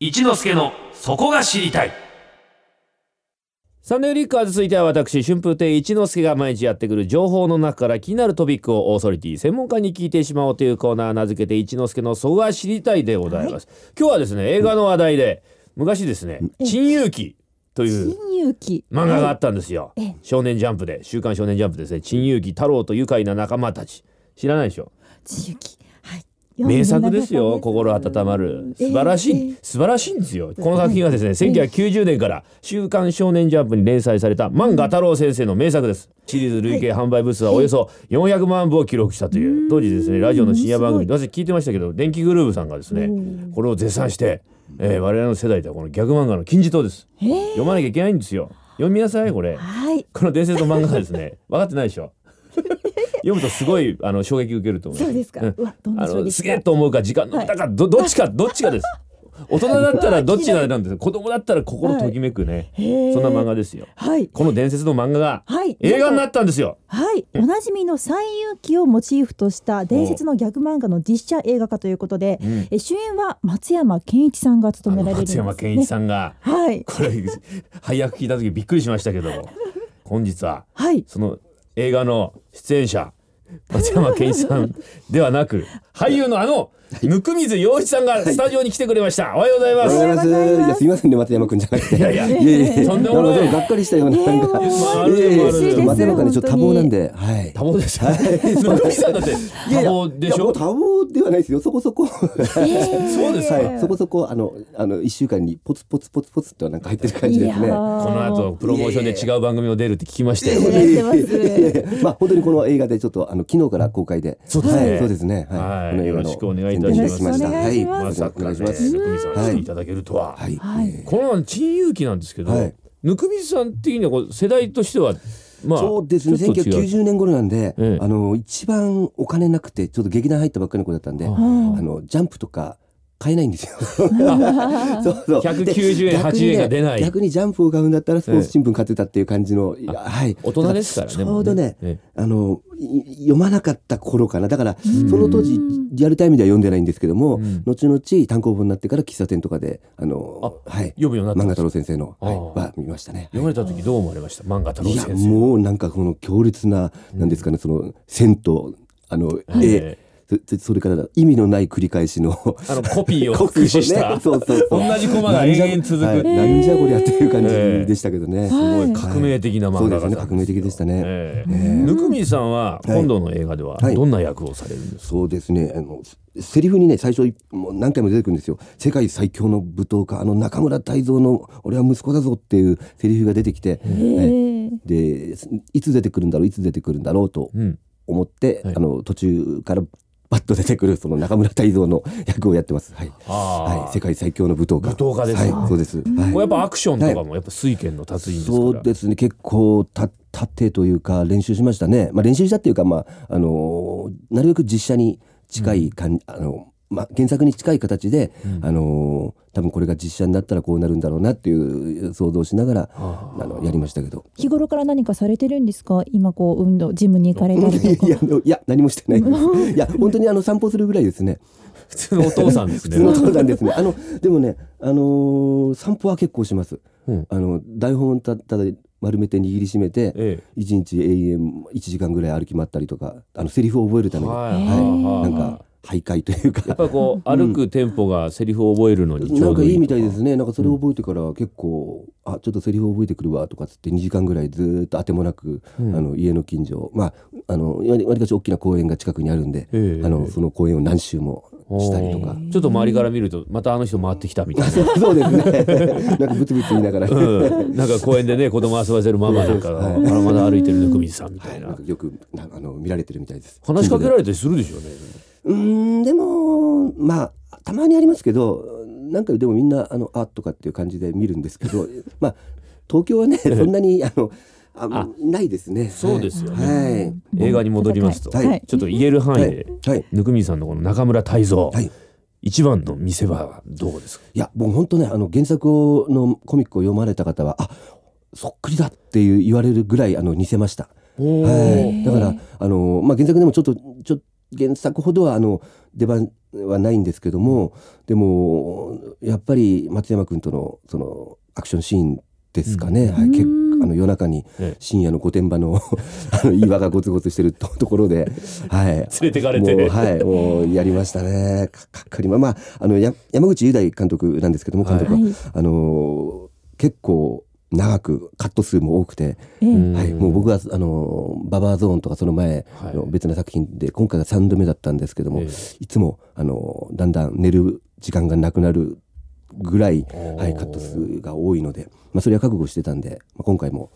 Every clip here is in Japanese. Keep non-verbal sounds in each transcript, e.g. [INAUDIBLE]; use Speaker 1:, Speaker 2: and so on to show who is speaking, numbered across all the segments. Speaker 1: 一之助のそこが知りたい
Speaker 2: サンデーリックは続いては私春風亭一之輔が毎日やってくる情報の中から気になるトピックをオーソリティ専門家に聞いてしまおうというコーナー名付けて一之輔の「そこが知りたい」でございます、今日はですね映画の話題で昔ですね「珍遊記」という
Speaker 3: 新勇気
Speaker 2: 漫画があったんですよ
Speaker 3: ええ
Speaker 2: 少年ジャンプで「週刊少年ジャンプ」ですね「珍遊記太郎と愉快な仲間たち」知らないでしょ
Speaker 3: 新勇気はい
Speaker 2: 名作ですよ心
Speaker 3: 温
Speaker 2: 温まる素晴らしい、素晴らしいんですよこの作品はですね1990年から週刊少年ジャンプに連載された漫画太郎先生の名作ですシリーズ累計販売部数はおよそ400万部を記録したという当時ですねラジオの深夜番組私聞いてましたけど電気グルーヴさんがですねこれを絶賛して、えー我々の世代ではこのギャグ漫画の金字塔です読まなきゃいけないんですよ読みなさいこれ
Speaker 3: はい
Speaker 2: この伝説の漫画がですね [LAUGHS] 分かってないでしょ読むとすごいあの衝撃受けると思います
Speaker 3: そうですか
Speaker 2: ん
Speaker 3: うわどんな
Speaker 2: あ
Speaker 3: 衝撃
Speaker 2: の
Speaker 3: か
Speaker 2: すげえと思うか時間の無駄か、どどっち
Speaker 3: [LAUGHS]
Speaker 2: かどっちかです大人だったらどっちがなんです子供だったら心ときめくね、
Speaker 3: へえ
Speaker 2: そんな漫画ですよ
Speaker 3: はい
Speaker 2: この伝説の漫画が
Speaker 3: はい
Speaker 2: 映画になったんですよ
Speaker 3: はい、おなじみの三遊記をモチーフとした伝説のギャグ漫画の実写映画化ということで、
Speaker 2: ん
Speaker 3: え主演は松山ケンイチさんが
Speaker 2: あ
Speaker 3: 務め
Speaker 2: の
Speaker 3: られるんで
Speaker 2: 松
Speaker 3: すね。
Speaker 2: 山ケンイチさんが
Speaker 3: はい
Speaker 2: これ配役聞いた時びっくりしましたけど本日は
Speaker 3: はい
Speaker 2: その映画の出演者松山ケンイチさんではなく俳優のあの温水洋一さんがスタジオに来てくれました、おはようござい
Speaker 4: お
Speaker 2: ま
Speaker 4: はよ
Speaker 2: す
Speaker 4: うございます。
Speaker 3: おはようございます
Speaker 4: いや、すみませんね、松山くんじゃなくて。い
Speaker 2: やいや
Speaker 4: いやいや
Speaker 2: とんで
Speaker 4: な
Speaker 2: もない
Speaker 4: んかちょっとがっかりしたような、なんか。
Speaker 3: ねえも
Speaker 2: う
Speaker 4: いやいや
Speaker 2: 嬉しいです
Speaker 4: ちょっと松山くんね、ちょっと多
Speaker 3: 本当に
Speaker 4: 忙なんで、はい。
Speaker 2: 多忙ですよ温水さんだって
Speaker 4: いやいや
Speaker 2: 多忙でし
Speaker 4: いやも
Speaker 2: ょ
Speaker 4: う多忙ではないですよ、そこそこ。
Speaker 2: [LAUGHS] そうですか
Speaker 4: [LAUGHS] はい、そこそこ、あの、あの、一週間にポツポツポツポツとなんか入ってる感じですね。
Speaker 2: この後プロモーションで違う番組を出るって聞きました
Speaker 3: い
Speaker 2: よ。
Speaker 3: やいや
Speaker 2: [LAUGHS]
Speaker 3: やってます
Speaker 4: いやいや [LAUGHS] まあ、本当にこの映画で、ちょっと、あの、昨日から公開で。
Speaker 2: そうですね
Speaker 4: はいそうですね。
Speaker 2: はい
Speaker 4: この映画
Speaker 2: よろ
Speaker 4: の
Speaker 2: しくお願いい
Speaker 4: 宣
Speaker 2: た
Speaker 4: 伝
Speaker 2: し
Speaker 4: に
Speaker 2: ます
Speaker 4: なりました。はい、
Speaker 3: お願
Speaker 2: ま
Speaker 3: いし
Speaker 2: さ
Speaker 4: お
Speaker 2: か
Speaker 4: 願いし
Speaker 2: ね、
Speaker 4: ます。
Speaker 2: ぬくみさん来ていただけるとは。
Speaker 4: はい。
Speaker 3: はい
Speaker 2: この珍遊記なんですけど、
Speaker 4: はい
Speaker 2: ぬくみさん的にはこう世代としては、まあ、
Speaker 4: そうですね
Speaker 2: ちょっと違う
Speaker 4: 1990年頃なんで、
Speaker 2: ええ
Speaker 4: あの一番お金なくてちょっと劇団入ったばっかりの子だったんで、あのジャンプとか買えないんですよ。
Speaker 2: [LAUGHS]
Speaker 4: そうそう
Speaker 2: 190円
Speaker 4: で逆に
Speaker 2: 80円が出ない
Speaker 4: 逆にジャンプを買うんだったらスポーツ新聞買ってたっていう感じの、いやはい、
Speaker 2: 大人ですからね
Speaker 4: ちょうどね
Speaker 2: もうね
Speaker 4: あのい読まなかった頃かなだからその当時リアルタイムでは読んでないんですけども、
Speaker 2: うん
Speaker 4: 後々単行本になってから喫茶店とかであのはい
Speaker 2: 読むようになった
Speaker 4: 漫
Speaker 2: ん
Speaker 4: 画
Speaker 2: です
Speaker 4: 太郎先生の、はい
Speaker 2: ああ
Speaker 4: は見ましたね。
Speaker 2: 読まれた時どう思われました漫画太郎
Speaker 4: いや
Speaker 2: 先生。
Speaker 4: もうなんかこの強烈ななんですかね、その銭湯あの、
Speaker 2: え
Speaker 4: えそそれからだ意味のない繰り返しの
Speaker 2: [LAUGHS] あのコピーを復習した、
Speaker 4: [LAUGHS] コピーをねそうそうそう
Speaker 2: 同じコマが延々続く
Speaker 4: なんじゃはいなんじゃこりゃっていう感じでしたけどね、す
Speaker 3: ごい
Speaker 2: 革命的な
Speaker 4: そう
Speaker 2: 漫
Speaker 4: で
Speaker 2: 画
Speaker 4: す
Speaker 2: 家
Speaker 4: ね
Speaker 2: さん
Speaker 4: 革命的でしたね、
Speaker 2: ええぬくみさんは今度の映画では
Speaker 4: はい
Speaker 2: どんな役をされるんですか、
Speaker 4: そうですねあのセリフにね最初もう何回も出てくるんですよ「世界最強の舞踏家あの中村泰造の俺は息子だぞ」っていうセリフが出てきて、はいでいつ出てくるんだろういつ出てくるんだろうと
Speaker 2: うん
Speaker 4: 思って、
Speaker 2: はい
Speaker 4: あの途中からバッと出てくるその中村泰造の [LAUGHS] 役をやってます。はい。
Speaker 2: あー
Speaker 4: はい、世界最強の舞踏家。
Speaker 2: 舞踏家ですね
Speaker 4: はい、そうです。はい
Speaker 2: これやっぱアクションとかもやっぱ水拳の達人ですから、
Speaker 4: そうですね結構た立ってというか練習しましたね、まあ、練習したっていうか、まああのーなるべく実写に近いかん、あのまあ、原作に近い形で、あのー多分これが実写になったらこうなるんだろうなっていう想像しながらあのやりましたけど。 [LAUGHS]
Speaker 3: 日頃から何かされてるんですか今こう運動ジムに行かれたりと
Speaker 4: い
Speaker 3: か
Speaker 4: やいや何もしてない
Speaker 2: [LAUGHS]
Speaker 4: ですいや本当にあの散歩するぐらいですね
Speaker 2: 普通のお父さんです
Speaker 4: 普
Speaker 2: ね
Speaker 4: 通の登山ですね。あのでもね、あのー散歩は結構します。
Speaker 2: うん
Speaker 4: あの台本をたただ丸めて握りしめて、
Speaker 2: え
Speaker 4: 一日永遠一時間ぐらい歩き回ったりとか、あのセリフを覚えるために、
Speaker 2: はい
Speaker 4: は
Speaker 2: はい
Speaker 4: い、なんか徘徊という
Speaker 2: やっ
Speaker 4: か
Speaker 2: ぱ。りこう歩くテンポがセリフを覚えるのにち
Speaker 4: [LAUGHS] な
Speaker 2: ょ
Speaker 4: ん
Speaker 2: う
Speaker 4: か
Speaker 2: ど
Speaker 4: い
Speaker 2: い
Speaker 4: い
Speaker 2: い
Speaker 4: み
Speaker 2: と
Speaker 4: た
Speaker 2: か
Speaker 4: いですね。なんかそれを覚えてから結構、あ、ちょっとセリフ覚えてくるわとかっつって2時間ぐらいずーっと当てもなく、あの家の近所、まああのわりわりかし大きな公園が近くにあるんで、
Speaker 2: ええ
Speaker 4: あのその公園を何周もしたりとか
Speaker 2: お。ーちょっと周りから見るとまたあの人回ってきたみたいな、
Speaker 4: [LAUGHS] そうそ
Speaker 2: [LAUGHS]
Speaker 4: うですね。なんかブツブツ言いながら、
Speaker 2: うん、なんか公園でね子供遊ばせるママなんかがまだまだ歩いてるぬくみさんみたい
Speaker 4: なん
Speaker 2: な
Speaker 4: かよくなあの見られてるみたいです。
Speaker 2: 話しかけられたりするでしょうね
Speaker 4: うーんでもまあたまにありますけど、なんかでもみんなあのあとかっていう感じで見るんですけど、 [LAUGHS] まあ東京はねそんなにあのあないですね。
Speaker 2: そうですよ
Speaker 4: ね。
Speaker 2: 映画に戻りますと、
Speaker 4: はい
Speaker 2: ちょっと言える
Speaker 4: は
Speaker 2: 範囲
Speaker 4: いは
Speaker 2: で
Speaker 4: い、はい。
Speaker 2: ぬくみさんのこの中村泰造、
Speaker 4: はい
Speaker 2: 一番の見せ場はどこですか
Speaker 4: いや僕本当ねあの原作をのコミックを読まれた方はあそっくりだっていう言われるぐらいあの似せました。
Speaker 2: おー
Speaker 4: はい、だからあの、まあ、原作でもちょっとちょ原作ほどはあの出番はないんですけどもでもやっぱり松山君とのそのアクションシーンですかね、はい、結
Speaker 3: うん
Speaker 4: あの夜中に
Speaker 2: ええ
Speaker 4: 深夜の御殿場の [LAUGHS] あの岩がゴツゴツしてるとところで、はい、連
Speaker 2: れてかれて
Speaker 4: もうはいもうやりましたねかかっこいいまあまああのや山口雄大監督なんですけども監督は、
Speaker 3: はい
Speaker 4: あの結構長くカット数も多くて、
Speaker 3: ええ
Speaker 2: うん
Speaker 4: はい、もう僕はあのババアゾーンとかその前の
Speaker 2: はい
Speaker 4: 別な作品で、今回が3度目だったんですけども、
Speaker 2: ええ
Speaker 4: いつもあのだんだん寝る時間がなくなるぐらい、
Speaker 2: ー
Speaker 4: はい、カット数が多いので、まあ、それは覚悟してたんで、まあ、今回も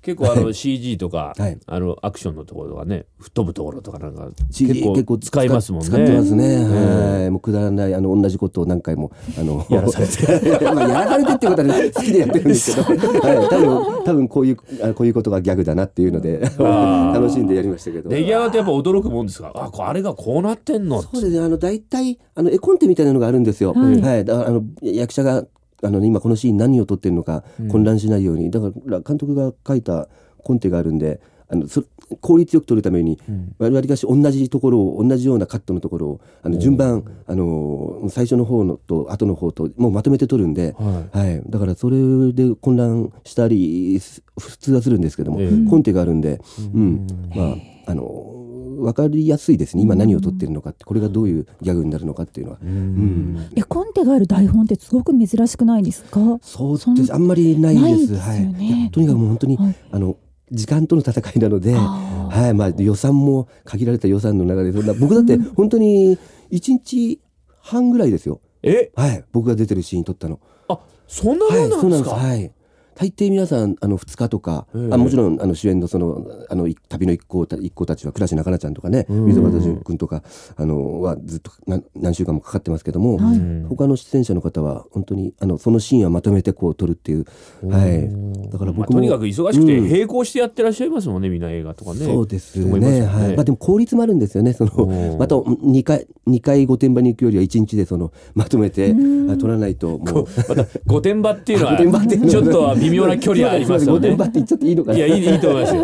Speaker 2: 結構あの CG とか、
Speaker 4: はい
Speaker 2: あのアクションのところとかね吹っ飛ぶところとかなんか
Speaker 4: CD
Speaker 2: 結構使いますもんね
Speaker 4: 使ってますね、はいもうくだらないあの同じことを何回もあの
Speaker 2: やらされ
Speaker 4: て [LAUGHS] まあやらされてっていうことは好きでやってるんですけど、
Speaker 2: [LAUGHS]
Speaker 4: はい、多分多分こういうあこういうことがギャグだなっていうので
Speaker 2: あー
Speaker 4: [LAUGHS] 楽しんでやりましたけど
Speaker 2: 出来上がってやっぱ驚くもんですがあこあれがこうなってんの
Speaker 4: そうですね。あの大体あの絵コンテみたいなのがあるんですよ。
Speaker 3: はい
Speaker 4: はい。だからあの役者があの今このシーン何を撮ってるのか混乱しないように、だから監督が書いたコンテがあるんで。あのそ効率よく撮るために、わりかし同じところを同じようなカットのところをあの順番、あの最初の方のと後の方ともうまとめて撮るんで、
Speaker 2: は
Speaker 4: はい、だからそれで混乱したりす普通はするんですけども、
Speaker 2: ええ
Speaker 4: コンテがあるんで、うんまあ、あの分かりやすいですね今何を撮ってるのかってこれがどういうギャグになるのかっていうのは、うん
Speaker 3: 絵コンテがある台本ってすごく珍しくないですか
Speaker 4: そうですあんまりないです
Speaker 3: な
Speaker 4: はい
Speaker 3: ですよね
Speaker 4: いやとにかくもう本当に、
Speaker 3: はい
Speaker 4: あの時間との戦いなので、
Speaker 3: あ
Speaker 4: はいまあ、予算も限られた予算の中でそんな僕だって本当に1日半ぐらいですよ、
Speaker 2: いえ
Speaker 4: はい、僕が出てるシーン撮ったの。
Speaker 2: あそんな
Speaker 4: は
Speaker 2: も
Speaker 4: い、
Speaker 2: んな
Speaker 4: そうん
Speaker 2: で
Speaker 4: なん
Speaker 2: す
Speaker 4: です。
Speaker 2: か、
Speaker 4: はい。大抵皆さんあの2日とか、
Speaker 2: ええ
Speaker 4: あもちろんあの主演のそのあのい旅の一行た一行たちは倉橋中菜ちゃんとかね、
Speaker 2: うん
Speaker 4: 水俣淳君とかあのはずっと何何週間もかかってますけども、
Speaker 3: はい
Speaker 2: うん
Speaker 4: 他の出演者の方は本当にあのそのシーンはまとめてこう撮るっていう、はい。だから
Speaker 2: まあ
Speaker 4: 僕
Speaker 2: と
Speaker 4: も、
Speaker 2: にかく忙しくて
Speaker 4: うん
Speaker 2: 並行してやってらっしゃいますもんね、みんな映画とかね
Speaker 4: そうです
Speaker 2: 思いますよ
Speaker 4: ね。はい。まあ
Speaker 2: ね
Speaker 4: でも効率もあるんですよね。そ
Speaker 2: うん
Speaker 4: のまた2回二回御殿場に行くよりは1日でそのまとめて
Speaker 3: うん
Speaker 4: あ撮らないともう
Speaker 2: また御殿場っていうのは
Speaker 4: [LAUGHS] 御殿場っていうのは
Speaker 2: ちょっと微妙な距離ありますよ
Speaker 4: 御殿
Speaker 2: ね
Speaker 4: 場って言っちゃっていいのかな。
Speaker 2: いやいいいいと思いますよ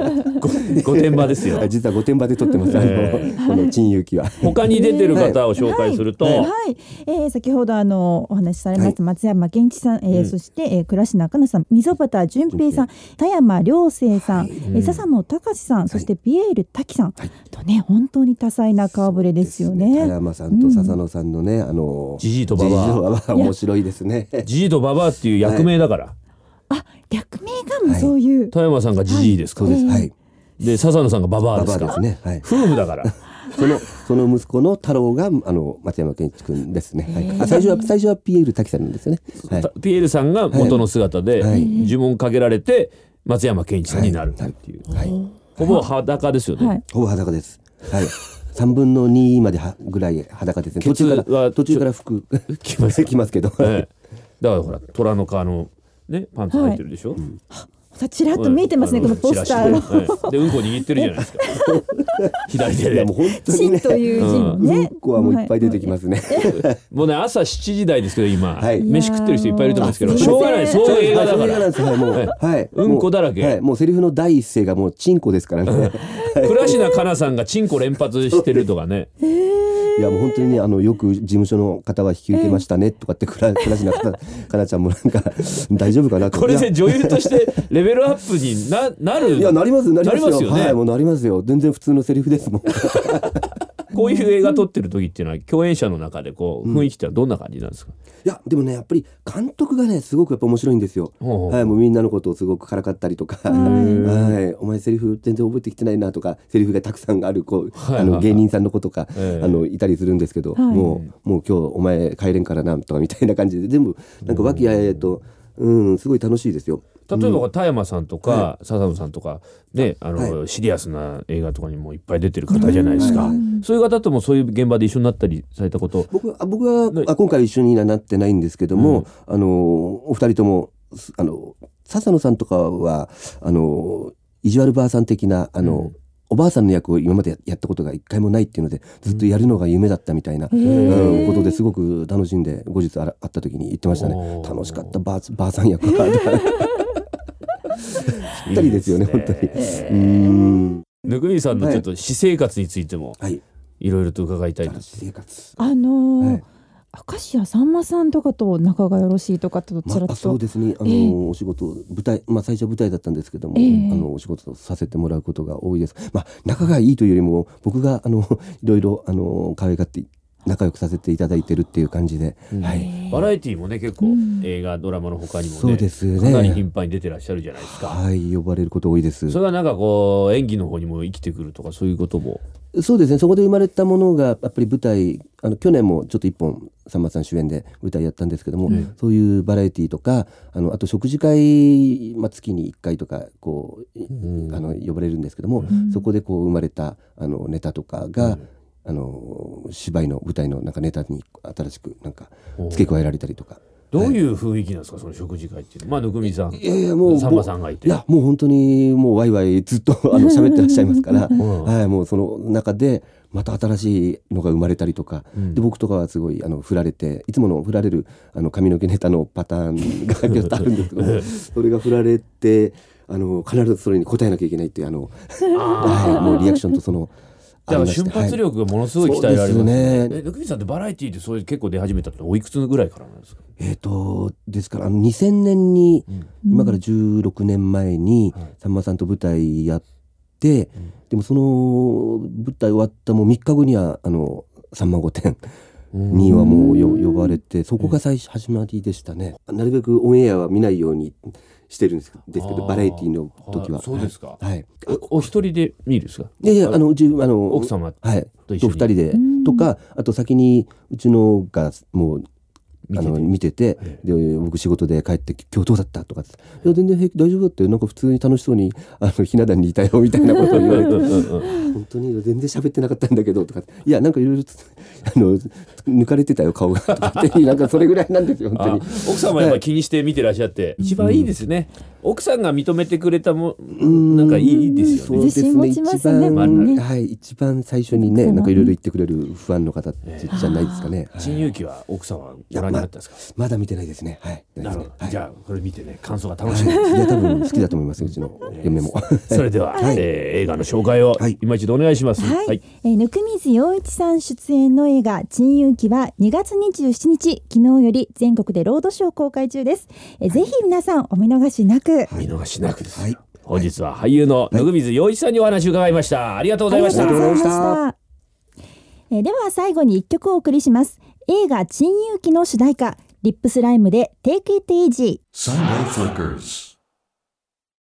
Speaker 2: ご御殿場です
Speaker 4: [LAUGHS]
Speaker 2: よ
Speaker 4: 実は御殿場で撮ってます。あの
Speaker 2: え
Speaker 4: この陳勇気は。
Speaker 2: 他に出てる方を紹介すると、
Speaker 3: はい、えー先ほどあのお話しされました松山健一さん、えー
Speaker 2: うん
Speaker 3: そして、えー、倉科中野さん溝端淳平さん田山良生さん、えー笹野隆さんそしてピエール滝さん、とね本当に多彩な顔ぶれですよね。
Speaker 4: 田山さんと笹野さんのね、あの。
Speaker 2: ジジイとババア
Speaker 4: ジジイとババア面白いですね。
Speaker 2: ジジイとババアっていう役名だから、
Speaker 3: あ逆名がもうそういう、
Speaker 2: 富山さんがジジイですか、
Speaker 4: そうです。
Speaker 3: ええ
Speaker 4: はい。
Speaker 2: で笹野さんがババア
Speaker 4: バ
Speaker 2: で
Speaker 4: バ
Speaker 2: す
Speaker 4: ア
Speaker 2: か
Speaker 4: ですね。はい。
Speaker 2: 夫婦だから
Speaker 4: その、その息子の太郎が、あの、松山健一君ですね。はい。あ最初は、最初はピエール滝さんなんですよね。はい。
Speaker 2: たピエールさんが元の姿で、
Speaker 4: はいはい
Speaker 2: 呪文かけられて松山ケンイチさんになるっていう、
Speaker 4: はい。
Speaker 2: ほぼ裸ですよね、
Speaker 3: はい
Speaker 4: ほぼ裸です。はい。三分の二まではぐらい裸ですね。途中
Speaker 2: ケツは
Speaker 4: から、途中から服。
Speaker 2: 来ますか
Speaker 4: [LAUGHS] 来ますけど。
Speaker 2: ええだからほら虎の皮のねパンツ入ってるでしょ、
Speaker 3: さちらっと見えてますね、
Speaker 2: うん
Speaker 3: このポスター
Speaker 2: チラシ
Speaker 3: の
Speaker 2: でええでうんこ握ってるじゃないです
Speaker 4: [LAUGHS]
Speaker 2: か左手
Speaker 4: い
Speaker 2: で
Speaker 4: や、も
Speaker 2: も
Speaker 4: う本
Speaker 3: 「
Speaker 4: 当に
Speaker 3: 真」
Speaker 4: ね。
Speaker 3: という字にね。
Speaker 4: うんこはもういっぱい出てき
Speaker 3: す。
Speaker 4: ますね。
Speaker 2: うね朝7時台ですけど今、
Speaker 4: はい
Speaker 2: 飯食ってる人いっぱいいると思うんですけ
Speaker 3: あ
Speaker 2: ど
Speaker 3: [LAUGHS] す
Speaker 2: し
Speaker 3: いません
Speaker 2: ょうがないそういう映画だから
Speaker 4: そういう映画なんですよもうはい。
Speaker 2: うんこだらけ
Speaker 4: もうはい。もうセリフの第一声がもうチンコですからね。
Speaker 2: 倉科香奈さんがチンコ連発してるとかね
Speaker 4: いやもう本当にねあのよく事務所の方は引き受けましたねとかってくららしなかかなちゃんもなんか大丈夫かなと
Speaker 2: これで女優としてレベルアップにななる
Speaker 4: いやなりますなりますよ
Speaker 2: よね、
Speaker 4: はいもうなりますよ全然普通のセリフですもん
Speaker 2: こういう映画撮ってる時っていうのは共演者の中でこう雰囲気ってのはどんな感じなんですか、
Speaker 4: いやでもねやっぱり監督がねすごくやっぱ面白いんですよ
Speaker 2: ほうほう
Speaker 4: はいもうみんなのことをすごくからかったりとかはいお前セリフ全然覚えてきてないなとかセリフがたくさんあるこう
Speaker 2: いはい
Speaker 4: あの芸人さんの子とか
Speaker 2: ええ
Speaker 4: あのいたりするんですけど
Speaker 3: はい
Speaker 4: もうもう今日お前帰れんからなとかみたいな感じで全部なんか和気あいあいとうんすごい楽しいですよ。
Speaker 2: 例えばこう田山さんとか笹野さんとかねあの、
Speaker 4: は
Speaker 2: シリアスな映画とかにもいっぱい出てる方じゃないですか、
Speaker 4: うん
Speaker 2: はいそういう方ともそういう現場で一緒になったりされたこと
Speaker 4: 僕はあ僕は、
Speaker 2: ね
Speaker 4: あ今回一緒にはなってないんですけども、あのお二人ともすあの笹野さんとかはあの意地悪ばあさん的なあの、
Speaker 2: うん
Speaker 4: おばあさんの役を今までややったことが一回もないっていうのでずっとやるのが夢だったみたいな、
Speaker 3: ー
Speaker 4: うんことですごく楽しんで後日あら会った時に言ってましたね
Speaker 2: おー
Speaker 4: 楽しかったばあばあさん役はぴったりですよね
Speaker 2: いい
Speaker 4: 本当に
Speaker 2: ですね
Speaker 4: うーん
Speaker 2: ぬくみさんのちょっと私生活についても
Speaker 4: はい
Speaker 2: いろいろと伺いたいです。
Speaker 4: 生活
Speaker 3: あのー
Speaker 4: はい
Speaker 3: 明石家さんまさんとかと仲がよろしいとかとち
Speaker 4: ま
Speaker 3: らっ
Speaker 4: あ、
Speaker 3: と、
Speaker 4: そうですねあの、
Speaker 3: ええ
Speaker 4: お仕事舞台、まあ、最初は舞台だったんですけども、
Speaker 3: ええ
Speaker 4: あのお仕事させてもらうことが多いです、まあ、仲がいいというよりも僕があの [LAUGHS] いろいろあの可愛がって仲良くさせていただいてるっていう感じで、はい、
Speaker 2: バラエティーもね結構
Speaker 3: うん
Speaker 2: 映画ドラマの他にもね
Speaker 4: そうですね
Speaker 2: かなり頻繁に出てらっしゃるじゃないですか。
Speaker 4: はい、呼ばれること多いです
Speaker 2: それはなんかこう演技の方にも生きてくるとかそういうことも。
Speaker 4: そうですねそこで生まれたものがやっぱり舞台あの去年もちょっと一本さんまさん主演で舞台やったんですけども、そういうバラエティーとかあのあと食事会、まあ、月に1回とかこう、あの呼ばれるんですけども、そこでこう生まれたあのネタとかが、あの芝居の舞台のなんかネタに新しくなんか付け加えられたりとか。
Speaker 2: どういう雰囲気なんですか、その食事会っていうのまあぬくみさん
Speaker 4: いやいやもう
Speaker 2: さんまさんがいて
Speaker 4: いやもう本当にもうワイワイずっとあの喋ってらっしゃいますから、はいもうその中でまた新しいのが生まれたりとか、で僕とかはすごいあの振られていつもの振られるあの髪の毛ネタのパターンがちょっとあるんですけどもそれが振られてあの必ずそれに答えなきゃいけないっていうあのはいもうリアクションとその
Speaker 2: だ
Speaker 4: あ
Speaker 2: から
Speaker 4: りまし
Speaker 2: 瞬
Speaker 4: て
Speaker 2: 発力がものすごい鍛えられます
Speaker 4: そうですね
Speaker 2: えぬくみさんってバラエティーでそういう結構出始めたっておいくつぐらいからなんですか。
Speaker 4: えー、とですからあの2000年に、今から16年前に、さんまさんと舞台やって、でもその舞台終わったもう3日後には「あのさんま御殿」にはもうよ呼ばれてそこが最初始まりでしたね、なるべくオンエアは見ないようにしてるんですですけ
Speaker 2: あ
Speaker 4: ど
Speaker 2: ー
Speaker 4: バラエティの時は
Speaker 2: あそうですか
Speaker 4: はい、
Speaker 2: おお一人で見るんですか。
Speaker 4: いやいやあのうちあの
Speaker 2: 奥様
Speaker 4: はい、
Speaker 2: と
Speaker 4: と
Speaker 2: 一緒
Speaker 4: 二
Speaker 2: に
Speaker 4: 人でとかあと先にうちのがもう
Speaker 2: 見
Speaker 4: あ
Speaker 2: てて
Speaker 4: の見ててで僕仕事で帰って「今日どうだった?」とかって「いや全然平気大丈夫だってなんか普通に楽しそうにあのひな壇にいたよ」みたいなことを言われて「 [LAUGHS] 本当に全然喋ってなかったんだけど」とか「いやなんかいろいろつ [LAUGHS] あの抜かれてたよ顔が」とかってなんかそれぐらいなんですよ
Speaker 2: あ
Speaker 4: 本当に。
Speaker 2: 奥様はやっぱり気にして見てらっしゃって、一番いいですね奥さんが認めてくれたもなんかいいいいですよ
Speaker 4: そう
Speaker 2: ね
Speaker 4: ですね
Speaker 3: 自信持ちます
Speaker 4: 一
Speaker 3: ね
Speaker 4: 番、
Speaker 3: みんなね
Speaker 4: はい、一番最初にねなんかいろいろ言ってくれる不安の方じゃないですかね、はい
Speaker 2: 新勇気は奥様はご覧になったんですか、
Speaker 4: まだ見てないですねはい
Speaker 2: なるほど、
Speaker 4: はい
Speaker 2: じゃあこれ見てね感想が楽しみです、
Speaker 4: [LAUGHS] いや多分好きだと思いますうちの嫁も
Speaker 2: それでは、
Speaker 4: はい
Speaker 2: えー映画の紹介を
Speaker 4: はい
Speaker 2: 今一度お願いします
Speaker 3: はい、えー、ぬくみず陽一さん出演の映画「珍遊記」は2月27日昨日より全国でロードショー公開中です、えーぜひ皆さんお見逃しなく、
Speaker 2: 見逃しなくですよ、
Speaker 4: はい
Speaker 2: 本日は俳優の野水陽一さんにお話を伺いましたありがとうございました
Speaker 3: ありがとうございまし
Speaker 4: あり
Speaker 3: た。えーでは最後に一曲お送りします。映画、珍遊記の主題歌、リップスライムで Take It Easy。
Speaker 5: Sunday Flickers.